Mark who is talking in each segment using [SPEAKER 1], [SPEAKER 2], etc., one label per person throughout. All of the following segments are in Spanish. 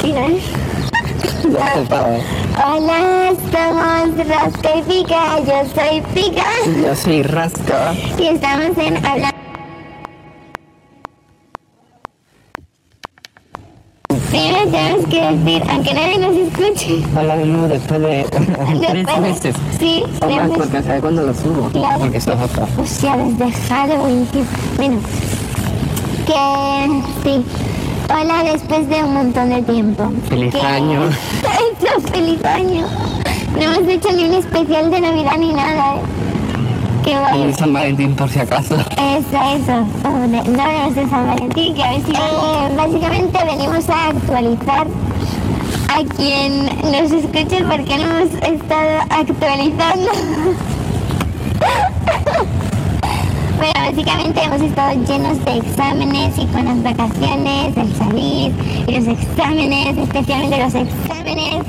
[SPEAKER 1] final. Hola, somos Rasca y Pica, yo soy Pica
[SPEAKER 2] Yo soy Rasca.
[SPEAKER 1] y estamos en Habla. Primero tenemos que decir, aunque nadie nos escuche,
[SPEAKER 2] Hablaremos después de tres
[SPEAKER 1] después-
[SPEAKER 2] meses.
[SPEAKER 1] Sí,
[SPEAKER 2] O
[SPEAKER 1] tres
[SPEAKER 2] más,
[SPEAKER 1] meses.
[SPEAKER 2] porque ¿sabes cuándo lo subo?
[SPEAKER 1] Claro.
[SPEAKER 2] Porque esto es otro.
[SPEAKER 1] O sea, desde Halloween, tipo. Bueno, que sí. Hola, después de un montón de tiempo.
[SPEAKER 2] Feliz
[SPEAKER 1] Que-
[SPEAKER 2] año.
[SPEAKER 1] Eso, feliz año. No hemos hecho ni un especial de Navidad ni nada. ¿eh? Qué
[SPEAKER 2] Y
[SPEAKER 1] bueno.
[SPEAKER 2] San Valentín por si acaso.
[SPEAKER 1] Eso, eso. Sobre- No hablemos de San Valentín, que a ver si... Eh, básicamente venimos a actualizar a quien nos escuche porque no hemos estado actualizando. bueno, básicamente hemos estado llenos de exámenes y con las vacaciones, el salir y los exámenes, especialmente los exámenes.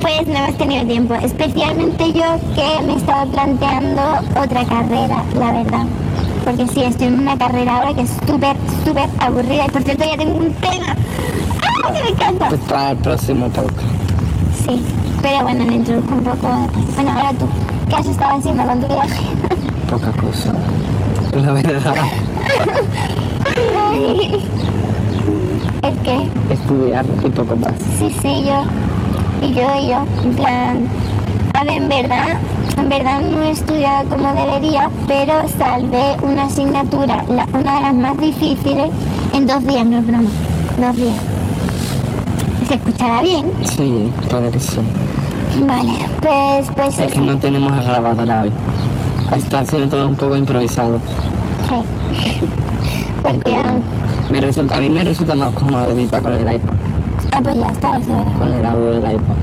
[SPEAKER 1] Pues no hemos tenido tiempo, especialmente yo que me he estado planteando otra carrera, la verdad. Porque sí, estoy en una carrera ahora que es súper, súper aburrida y por cierto ya tengo un tema. ¡Ah, que me encanta!
[SPEAKER 2] Pues para el próximo toque.
[SPEAKER 1] Sí, pero bueno, me introdujo un poco. Bueno, ahora tú, ¿qué has estado haciendo con tu viaje?
[SPEAKER 2] Poca cosa. La verdad,
[SPEAKER 1] es que,
[SPEAKER 2] estudiar y poco más.
[SPEAKER 1] sí, sí, yo, y yo, y yo, en plan. A ver, en verdad, en verdad no he estudiado como debería, pero salvé una asignatura, la- una de las más difíciles, en dos días, no es broma, dos días. ¿Se escuchará bien?
[SPEAKER 2] Sí, claro que sí.
[SPEAKER 1] Vale, pues, pues
[SPEAKER 2] Es que
[SPEAKER 1] eso.
[SPEAKER 2] no tenemos a grabadora hoy. Está siendo todo un poco improvisado.
[SPEAKER 1] Sí. Porque,
[SPEAKER 2] Me resulta, a mí me resulta más cómodo editar con el iPod,
[SPEAKER 1] ah, pues ya está, eso era.
[SPEAKER 2] con el audio del iPod.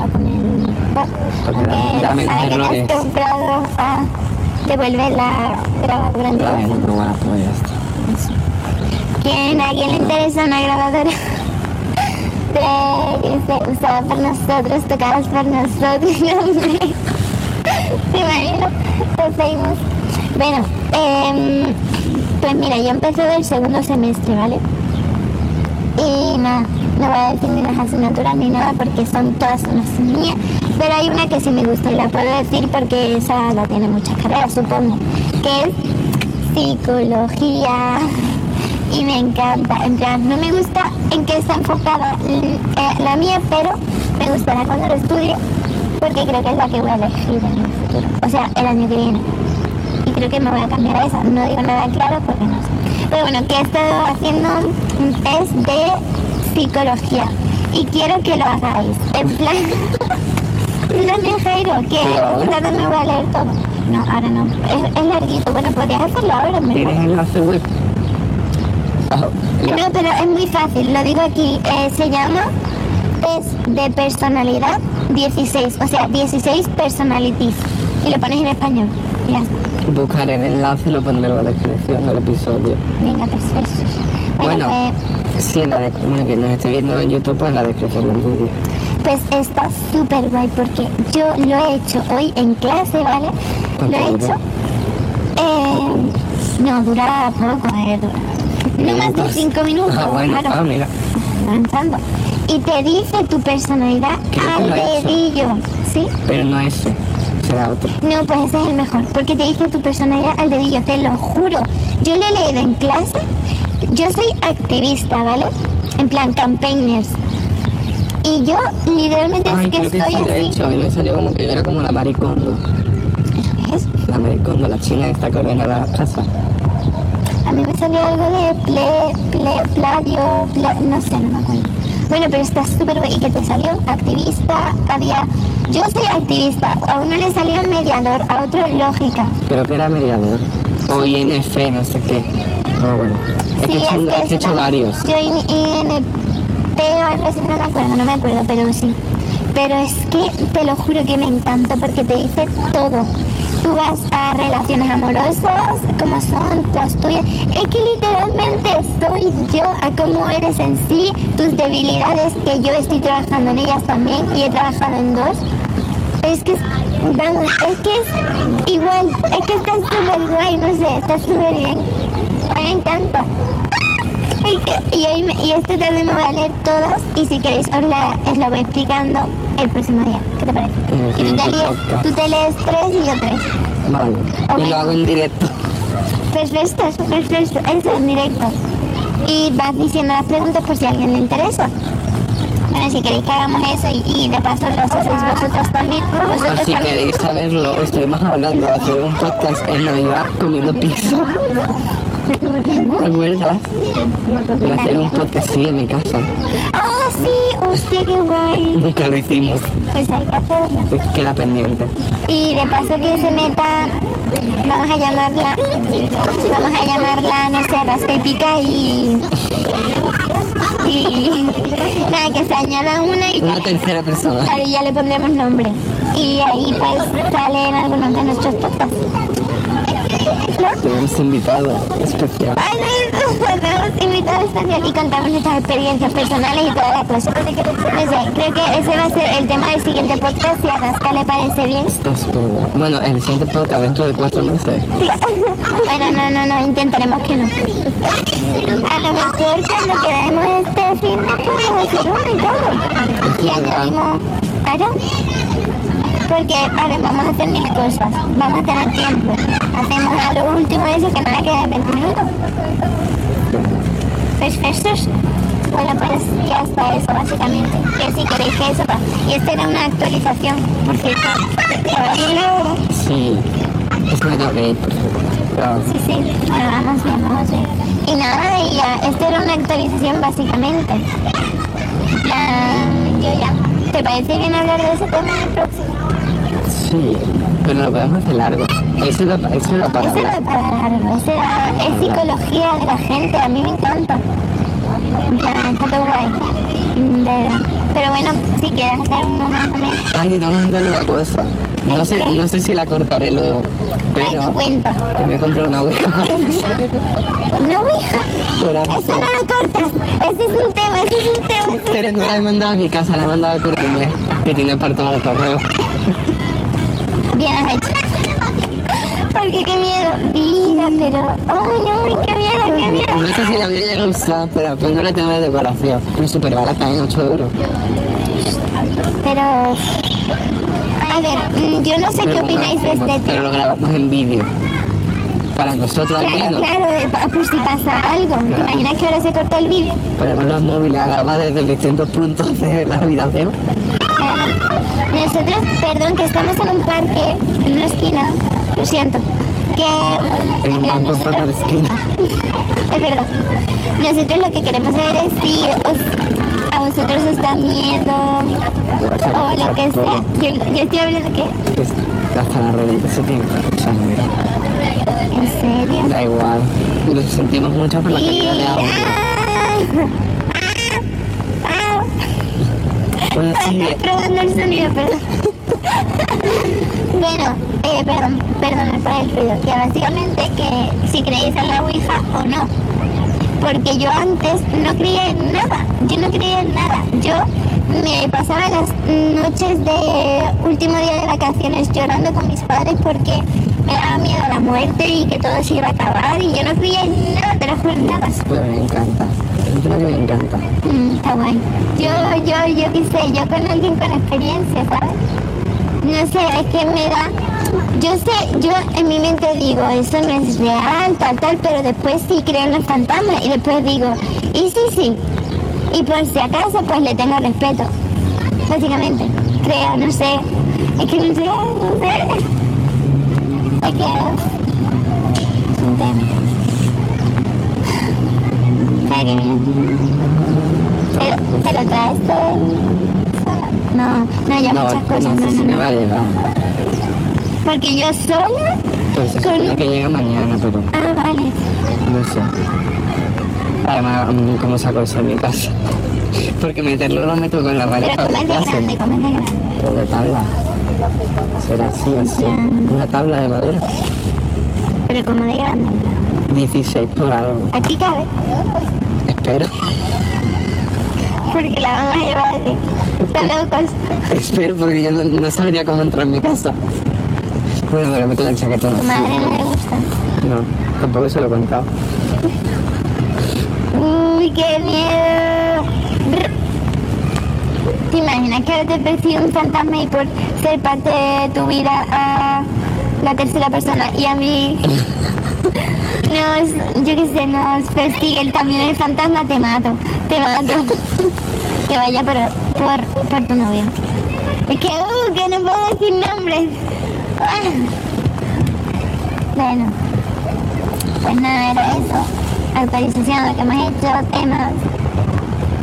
[SPEAKER 1] a poner-
[SPEAKER 2] Porque
[SPEAKER 1] Eh,
[SPEAKER 2] dame-
[SPEAKER 1] sabe
[SPEAKER 2] dame
[SPEAKER 1] que te has
[SPEAKER 2] errores.
[SPEAKER 1] comprado a devolver ah, la grabadora
[SPEAKER 2] Ay,
[SPEAKER 1] entera.
[SPEAKER 2] no, bueno, pues ya está.
[SPEAKER 1] ¿Quién, ¿A quién le interesa una grabadora? De, dice, usada por nosotros, tocadas por nosotros. ¿Te imaginas? Lo seguimos. Bueno, em, pues mira, yo empecé del segundo semestre, ¿vale? Y nada, no voy a decir ni las asignaturas ni nada porque son todas unas mías. Pero hay una que sí me gusta y la puedo decir porque esa la tiene muchas carreras, supongo. Que es psicología. Y me encanta. En plan, no me gusta en qué está enfocada mm, eh, la mía, pero me gustará cuando lo estudie porque creo que es la que voy a elegir en el futuro. O sea, el año que viene y creo que me voy a cambiar a esa. No digo nada claro porque no sé. Pero bueno, que he estado haciendo un test de psicología y quiero que lo hagáis. En plan, no me Jairo, que
[SPEAKER 2] Pero ahora.
[SPEAKER 1] ahora me voy a leer todo. No, ahora no. Es, es larguito. Bueno, podrías hacerlo ahora en verdad.
[SPEAKER 2] ¿Tienes enlace web? Ah, ya.
[SPEAKER 1] No, pero es muy fácil, lo digo aquí. Eh, se llama test de personalidad 16, o sea, 16 personalities. Y lo pones en español. Y ya está.
[SPEAKER 2] Buscar el enlace y lo pondré en la descripción del episodio.
[SPEAKER 1] Venga, perfecto.
[SPEAKER 2] Bueno,
[SPEAKER 1] eh,
[SPEAKER 2] sí, en la descripción que nos esté viendo en YouTube, pues en la descripción del vídeo.
[SPEAKER 1] Pues está súper guay porque yo lo he hecho hoy en clase, ¿vale? Lo he hecho. eh, no, dura poco, eh, dura. No más de
[SPEAKER 2] Minutos.
[SPEAKER 1] cinco minutos,
[SPEAKER 2] Ah, bueno,
[SPEAKER 1] claro,
[SPEAKER 2] ah, mira.
[SPEAKER 1] avanzando. Y te dice tu personalidad
[SPEAKER 2] Creo que
[SPEAKER 1] al
[SPEAKER 2] lo he hecho.
[SPEAKER 1] dedillo, ¿sí?
[SPEAKER 2] Pero no ese, será otro.
[SPEAKER 1] No, pues ese es el mejor, porque te dice tu personalidad al dedillo, te lo juro. Yo lo he leído en clase, yo soy activista, ¿vale? En plan, campaigners. Y yo literalmente es
[SPEAKER 2] Ay,
[SPEAKER 1] que
[SPEAKER 2] creo que
[SPEAKER 1] estoy
[SPEAKER 2] sí lo he
[SPEAKER 1] así.
[SPEAKER 2] hecho. Y me salió como que yo era como la maricondo.
[SPEAKER 1] ¿Ves?
[SPEAKER 2] La maricondo, la china está corriendo a la casa.
[SPEAKER 1] A mí me salió algo de ple, ple, pladio, pla- no sé, no me acuerdo. Bueno, pero está súper guay. ¿Y que te salió? Activista, había... Yo soy activista, a uno le salió mediador, a otro lógica.
[SPEAKER 2] Creo que era mediador. O INF, no sé qué. No, bueno. Es que, son- es que he hecho
[SPEAKER 1] está-
[SPEAKER 2] varios.
[SPEAKER 1] Yo en, INP o algo así, no me acuerdo, no me acuerdo, pero sí. Pero es que te lo juro que me encanta porque te dice todo. Tú vas a relaciones amorosas, cómo son, las tuyas. Es que literalmente soy yo a cómo eres en sí, tus debilidades, que yo estoy trabajando en ellas también y he trabajado en dos. Es que es, vamos, es que es igual, es que está súper guay, no sé, está súper bien. A mí me encanta. Y, y, ahí me- y este también me voy a leer todos y si queréis os, la- os lo voy explicando el próximo día. ¿Qué te parece?
[SPEAKER 2] Eh,
[SPEAKER 1] Y tú, te
[SPEAKER 2] sí,
[SPEAKER 1] lees,
[SPEAKER 2] perfecto.
[SPEAKER 1] tú te lees tres y yo tres.
[SPEAKER 2] Vale. Y lo hago en directo.
[SPEAKER 1] Perfecto, perfecto, eso en directo. Y vas diciendo las preguntas por si a alguien le interesa. Bueno, si queréis que hagamos eso y, y de paso lo hacéis vosotros también. Vosotros
[SPEAKER 2] Por si
[SPEAKER 1] también.
[SPEAKER 2] queréis saberlo, estuvimos hablando de hacer un podcast en Navidad comiendo pizza. ¿Te acuerdas? De hacer un podcast así en mi casa.
[SPEAKER 1] ¡Ah, sí! ¡Hostia, qué guay!
[SPEAKER 2] Nunca lo hicimos.
[SPEAKER 1] Pues hay que hacerlo.
[SPEAKER 2] Queda pendiente.
[SPEAKER 1] Y de paso que se meta, vamos a llamarla, vamos a llamarla, no sé, rasca y pica y... Y... Nada, que se añada una y...
[SPEAKER 2] Una tercera persona.
[SPEAKER 1] Claro, ya le pondremos nombre. Y ahí pues salen algunos de nuestros podcasts. ¿No?
[SPEAKER 2] Tenemos invitado especial.
[SPEAKER 1] Ay, no, tenemos invitados especial y contamos nuestras experiencias personales y toda la clase. No sé, creo que ese va a ser el tema del siguiente podcast si a Rasca le parece bien.
[SPEAKER 2] Estás perdida. Bueno, el siguiente podcast dentro de cuatro meses.
[SPEAKER 1] Bueno, no, no, no, intentaremos que no. A lo mejor cuando quedemos este fin de podemos hacer uno y todo. Y añadimos, claro, porque a ver, vamos a hacer mil cosas, vamos a tener tiempo. Hacemos a lo último de eso que nada queda 20 minutos. Perfectos. Pues, Bueno, pues ya está eso básicamente. Que si queréis que eso va. Y esta era una actualización, pues, por cierto. Ahora,
[SPEAKER 2] Sí. Es que me tengo que ir, por favor. Pero
[SPEAKER 1] Sí, sí, vamos bien, vamos bien. Y nada, y ya, esta era una actualización básicamente. Ah, yo ya. ¿Te parece bien hablar de ese tema en el próximo?
[SPEAKER 2] sí. Pero lo podemos hacer largo. Eso lo, eso lo para
[SPEAKER 1] Ese no es
[SPEAKER 2] hablar.
[SPEAKER 1] para largo, ese era- es psicología de la gente, a mí me encanta. En plan, Está todo guay. De verdad. Pero bueno, si quieres hacer uno más o menos,
[SPEAKER 2] Ay, no me una cosa. No sé, no sé si la cortaré luego.
[SPEAKER 1] ahí te
[SPEAKER 2] Pero
[SPEAKER 1] cuento.
[SPEAKER 2] que me compré una ouija.
[SPEAKER 1] No, hija,
[SPEAKER 2] por
[SPEAKER 1] eso
[SPEAKER 2] Amazon.
[SPEAKER 1] no lo cortas. Ese es un tema, ese es un tema.
[SPEAKER 2] Pero no la he mandado a mi casa, la he mandado a Cortines, que tiene parto de correo.
[SPEAKER 1] Bien has hecho. Porque qué miedo. Vida, pero. ¡Ay, no! ¡Qué miedo, qué miedo!
[SPEAKER 2] No sé si la voy a llegar a usar, pero pues no la tengo de decoración. Es súper barata, en 8 euros.
[SPEAKER 1] Pero. A ver, mm, yo no sé qué
[SPEAKER 2] Pero
[SPEAKER 1] opináis de
[SPEAKER 2] lo
[SPEAKER 1] este
[SPEAKER 2] grabamos-
[SPEAKER 1] tema.
[SPEAKER 2] Pero lo grabamos en vídeo. Para nosotros al
[SPEAKER 1] Claro,
[SPEAKER 2] menos.
[SPEAKER 1] claro, de- pa- por si pasa algo. ¿Te
[SPEAKER 2] Claro.
[SPEAKER 1] imaginas que ahora se corta el vídeo?
[SPEAKER 2] Ponemos los móviles a grabar desde distintos puntos de la habitación.
[SPEAKER 1] Claro. Nosotros, perdón, que estamos en un parque, en una esquina. Lo siento. Que.
[SPEAKER 2] En un banco en forma de esquina.
[SPEAKER 1] Es verdad. Nosotros lo que queremos saber es si os- a vosotros os da miedo o lo que sea. Yo, yo estoy hablando que...
[SPEAKER 2] Que es- Hasta pues, la rodilla se tiene que escuchar, mira.
[SPEAKER 1] ¿En serio?
[SPEAKER 2] Da igual. Lo sentimos mucho por la
[SPEAKER 1] Y...
[SPEAKER 2] calidad de audio.
[SPEAKER 1] ¡Ah!
[SPEAKER 2] Bueno,
[SPEAKER 1] ¡Ah!
[SPEAKER 2] sí,
[SPEAKER 1] Estoy probando el sonido, perdón. bueno, eh, perdón, perdón por el ruido. Que básicamente que si creéis en la Ouija o no. Porque yo antes no creía en nada. Yo no creía en nada. Yo me pasaba las noches de último día de vacaciones llorando con mis padres porque me daba miedo la muerte y que todo se iba a acabar. Y yo no creía en nada, te lo juro, en nada.
[SPEAKER 2] pero Pues me encanta. Es lo que me encanta.
[SPEAKER 1] Mm, está guay. Yo, yo, yo qué sé, yo con alguien con experiencia, ¿sabes? No sé, es que me da... Yo sé, yo en mi mente digo, eso no es real, tal, tal, pero después sí creo en los fantasmas y después digo, y sí, sí. Y por si acaso, pues le tengo respeto. Básicamente, creo, no sé. Es que no sé, no sé. Es que... es un tema. Ay, qué bien. Pero, pero traes todo. No, no, ya
[SPEAKER 2] No,
[SPEAKER 1] muchas cosas,
[SPEAKER 2] no
[SPEAKER 1] no,
[SPEAKER 2] sé si
[SPEAKER 1] no,
[SPEAKER 2] me
[SPEAKER 1] no.
[SPEAKER 2] va a llegar.
[SPEAKER 1] Porque yo sola.
[SPEAKER 2] Pues se
[SPEAKER 1] Con-
[SPEAKER 2] supone que llega mañana, pero
[SPEAKER 1] Ah, vale.
[SPEAKER 2] no sé. Además, mm, ¿cómo saco eso en mi casa? Porque meterlo lo meto con la
[SPEAKER 1] Pero
[SPEAKER 2] maleta de
[SPEAKER 1] comete
[SPEAKER 2] clase.
[SPEAKER 1] grande, comete grande.
[SPEAKER 2] O de tabla. Será así, así. Una tabla de madera.
[SPEAKER 1] Pero como de grande.
[SPEAKER 2] 16 por algo.
[SPEAKER 1] Aquí cabe.
[SPEAKER 2] Espero.
[SPEAKER 1] Porque la mamá lleva a decir. Están locos.
[SPEAKER 2] Espero porque yo no, no sabría cómo entrar en mi casa. Bueno, me lo meto en el chaquetón.
[SPEAKER 1] Tu madre no le gusta.
[SPEAKER 2] No, tampoco se lo he contado.
[SPEAKER 1] Mm, Uy, qué miedo. Brr. ¿Te imaginas que ahora te persigue un fantasma y por ser parte de tu vida a la tercera persona y a mí? Nos, yo qué sé, nos persigue el camión del fantasma, te mato, te mato. que vaya por, por, por tu novio. Es que, uh, que no puedo decir nombres. Ah. Bueno, pues nada, era eso. Actualización, lo que hemos hecho, temas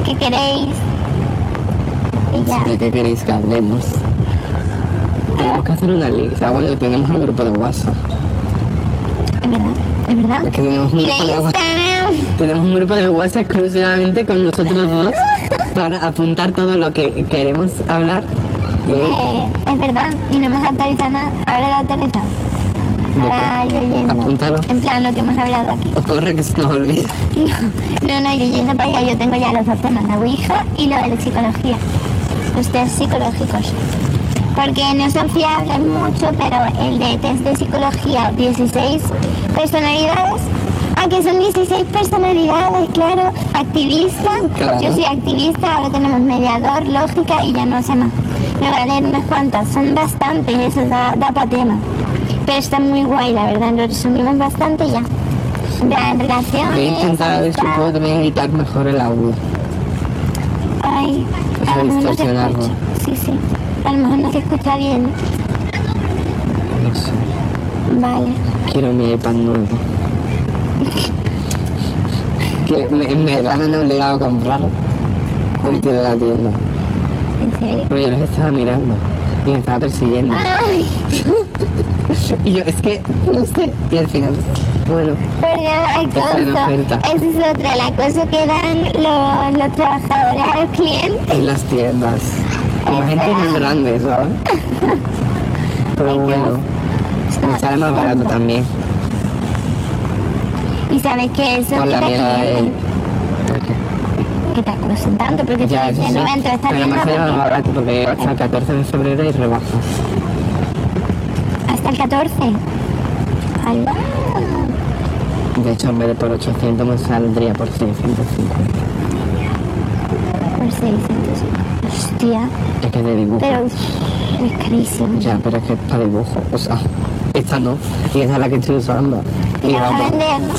[SPEAKER 1] que queréis. Y ya.
[SPEAKER 2] ¿De qué queréis que hablemos? Tenemos que hacer una lista. Bueno, tenemos el grupo de WhatsApp.
[SPEAKER 1] Es verdad, es verdad.
[SPEAKER 2] Es que tenemos un
[SPEAKER 1] Y de
[SPEAKER 2] grupo de WhatsApp.
[SPEAKER 1] Instagram.
[SPEAKER 2] Tenemos un grupo de WhatsApp exclusivamente con nosotros dos para apuntar todo lo que queremos hablar. Y
[SPEAKER 1] Eh, es verdad, y no hemos actualizado nada. Ahora lo actualizamos. Ahora yo
[SPEAKER 2] Apúntalo.
[SPEAKER 1] yendo. En plan, lo que hemos hablado aquí.
[SPEAKER 2] Ocurre que se nos olvida.
[SPEAKER 1] No, no, yo yendo para allá. Yo tengo ya los dos temas, la Ouija y lo de la psicología. Los test psicológicos. Porque no son fiables mucho, pero el de test de psicología, 16 personalidades. Ah, que son 16 personalidades, claro. Activista.
[SPEAKER 2] Claro.
[SPEAKER 1] Yo soy activista, ahora tenemos mediador, lógica y ya no sé más. Me valen unas cuantas, son bastantes, eso da, da para tema. Pero está muy guay, la verdad, lo resumimos bastante y ya. En plan, relaciones.
[SPEAKER 2] Voy a intentar a ver si
[SPEAKER 1] amistad.
[SPEAKER 2] puedo también editar mejor el audio.
[SPEAKER 1] Ay,
[SPEAKER 2] Deja
[SPEAKER 1] a lo mejor no se
[SPEAKER 2] distorsionarlo.
[SPEAKER 1] escucha. Sí, sí. A lo mejor no se escucha bien.
[SPEAKER 2] No sé.
[SPEAKER 1] Vale.
[SPEAKER 2] Quiero mi iPad nuevo. Que me, me la han obligado a comprar. Hoy tiene la tienda.
[SPEAKER 1] En serio.
[SPEAKER 2] Pero yo los estaba mirando. Y me estaba persiguiendo.
[SPEAKER 1] Ay,
[SPEAKER 2] Y yo, es que, no sé. Y al final, bueno, Está en
[SPEAKER 1] perdón, acoso.
[SPEAKER 2] oferta.
[SPEAKER 1] Esa es otra, el acoso que dan los, los trabajadores a los clientes.
[SPEAKER 2] en las tiendas. Como gente muy grande, ¿sabes? Pero bueno, me sale más barato también.
[SPEAKER 1] Y sabes que eso
[SPEAKER 2] Con
[SPEAKER 1] que
[SPEAKER 2] la
[SPEAKER 1] te
[SPEAKER 2] mierda de...
[SPEAKER 1] acosan- que te acosan tanto porque
[SPEAKER 2] Ya,
[SPEAKER 1] te
[SPEAKER 2] eso
[SPEAKER 1] dicen,
[SPEAKER 2] sí.
[SPEAKER 1] no entro, está
[SPEAKER 2] Pero
[SPEAKER 1] bien,
[SPEAKER 2] me sale
[SPEAKER 1] no,
[SPEAKER 2] más barato porque hasta el 14 de febrero hay rebajas.
[SPEAKER 1] hasta el 14. Alá.
[SPEAKER 2] De hecho, en vez de por 800 me saldría por 650.
[SPEAKER 1] Por 600. Hostia,
[SPEAKER 2] Es que es de dibujo.
[SPEAKER 1] pero uff, es carísimo.
[SPEAKER 2] Ya, pero es que es para dibujo. O sea, esta no. Y esa es la que estoy usando.
[SPEAKER 1] Y
[SPEAKER 2] Y
[SPEAKER 1] la van a
[SPEAKER 2] vamos,
[SPEAKER 1] vender.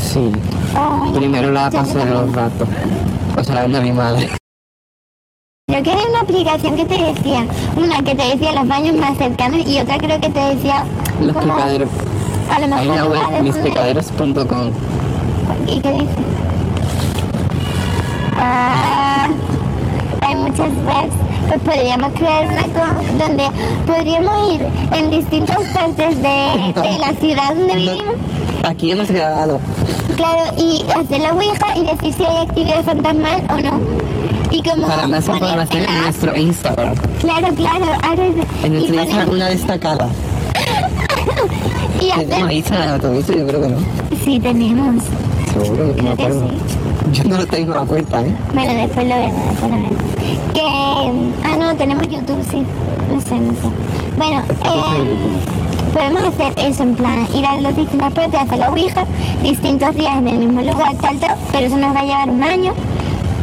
[SPEAKER 2] sí.
[SPEAKER 1] Ay,
[SPEAKER 2] Primero la
[SPEAKER 1] yo
[SPEAKER 2] paso de los datos. O sea, la vendo a mi madre.
[SPEAKER 1] Creo que era una aplicación que te decía, una que te decía los baños más cercanos y otra creo que te decía
[SPEAKER 2] Los
[SPEAKER 1] como,
[SPEAKER 2] picaderos.
[SPEAKER 1] a lo
[SPEAKER 2] Hay
[SPEAKER 1] mejor
[SPEAKER 2] una
[SPEAKER 1] lugares
[SPEAKER 2] web,
[SPEAKER 1] donde-
[SPEAKER 2] mispicaderos.com.
[SPEAKER 1] ¿Y qué dice? Ah, hay muchas webs. Pues podríamos crear una co- donde podríamos ir en distintas partes de, de la ciudad donde vivimos.
[SPEAKER 2] Aquí hemos grabado.
[SPEAKER 1] Claro, y hacer la ouija y decir si hay actividad fantasmal o no. Y como
[SPEAKER 2] Para más
[SPEAKER 1] poner-
[SPEAKER 2] información en nuestro Instagram.
[SPEAKER 1] Claro, claro, ahora
[SPEAKER 2] En
[SPEAKER 1] y,
[SPEAKER 2] nuestro
[SPEAKER 1] poner-
[SPEAKER 2] Instagram una destacada.
[SPEAKER 1] y hacer
[SPEAKER 2] ¿Tenemos Instagram autovisto? Yo creo que no.
[SPEAKER 1] Sí, tenemos.
[SPEAKER 2] Seguro, no me
[SPEAKER 1] Creo que
[SPEAKER 2] acuerdo. Yo no lo tengo a cuenta, ¿eh?
[SPEAKER 1] Bueno, después lo vemos, después lo vemos. Que... Ah, no, tenemos YouTube, sí. No sé, no sé. Bueno, eh, podemos hacer eso en plan, ir a las distintas partes, hacer la Ouija, distintos días en el mismo lugar, tal, tal, pero eso nos va a llevar un año,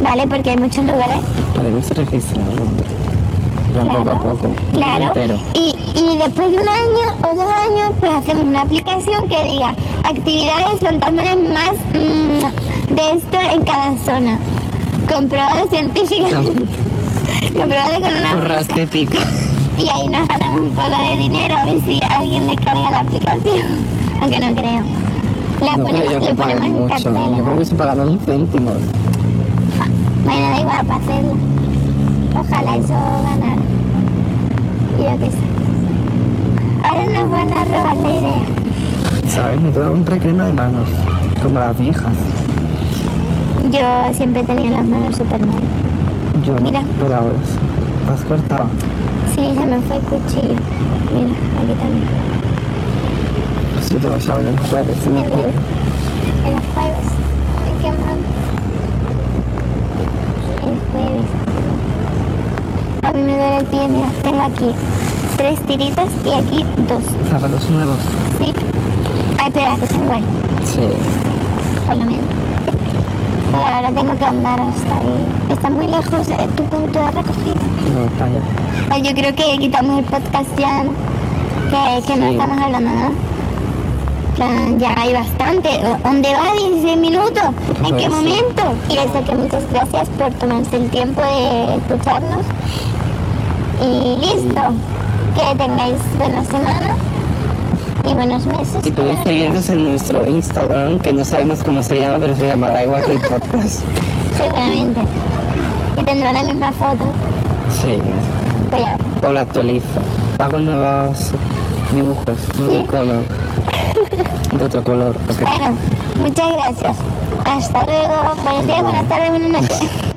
[SPEAKER 1] ¿vale? Porque hay muchos lugares.
[SPEAKER 2] Podemos registrarlo. Pero poco a poco.
[SPEAKER 1] Claro.
[SPEAKER 2] Pero
[SPEAKER 1] Y, y después de un año o dos años, pues hacemos una aplicación que diga actividades fantasmas más mm, de esto en cada zona. Comprobado científicamente. Comprobado con una
[SPEAKER 2] Porras que pica.
[SPEAKER 1] Y ahí nos ganamos un poco de dinero a ver si alguien le carga la aplicación. Aunque no creo. La
[SPEAKER 2] No creo yo
[SPEAKER 1] ponemos,
[SPEAKER 2] que
[SPEAKER 1] le ponemos
[SPEAKER 2] paguen
[SPEAKER 1] en
[SPEAKER 2] mucho.
[SPEAKER 1] cartela.
[SPEAKER 2] Yo creo que se pagan un céntimo.
[SPEAKER 1] Bueno, da igual para hacerlo. Ojalá eso ganara. Yo qué sé. Ahora nos van a robar la idea.
[SPEAKER 2] ¿Sabes? Me toca comprar crema de manos. Como las viejas.
[SPEAKER 1] Yo siempre tenía las manos súper mal.
[SPEAKER 2] Yo no.
[SPEAKER 1] Mira.
[SPEAKER 2] Pero ahora sí. ¿Te has cortado?
[SPEAKER 1] Sí, se me fue el cuchillo. Mira, aquí también.
[SPEAKER 2] Sí, te vas a ver el jueves. ¿no?
[SPEAKER 1] El jueves. Ay, qué mal. El jueves. A mí me duele el pie, mira. Tengo aquí tres tiritas y aquí dos.
[SPEAKER 2] Zapatos nuevos.
[SPEAKER 1] Sí. Ay, espera, que se me vuelve.
[SPEAKER 2] Sí.
[SPEAKER 1] Por lo menos. pero ahora tengo que andar hasta ahí. Está muy lejos eh, tu punto de recogida.
[SPEAKER 2] No, está bien.
[SPEAKER 1] Pues yo creo que quitamos el podcast ya, ¿no? que, que no
[SPEAKER 2] Sí.
[SPEAKER 1] estamos hablando nada. Ya, ya hay bastante. ¿O- ¿Dónde va? 16 minutos. ¿En
[SPEAKER 2] Ajá,
[SPEAKER 1] qué
[SPEAKER 2] Pues sí.
[SPEAKER 1] momento? Y les que muchas gracias por tomarse el tiempo de escucharnos. Y listo. Que tengáis buena semana y buenos meses.
[SPEAKER 2] Y podéis seguirnos en nuestro Instagram, que no sabemos cómo se llama, pero se llamará igual que el podcast.
[SPEAKER 1] Seguramente. Y tendrán la misma foto.
[SPEAKER 2] Sí.
[SPEAKER 1] Pues ya.
[SPEAKER 2] O la actualizo. Hago nuevos dibujos, nuevo color. De otro color. ok.
[SPEAKER 1] Bueno, muchas gracias. Hasta luego. Buenos días, buenas tardes, buenas noches.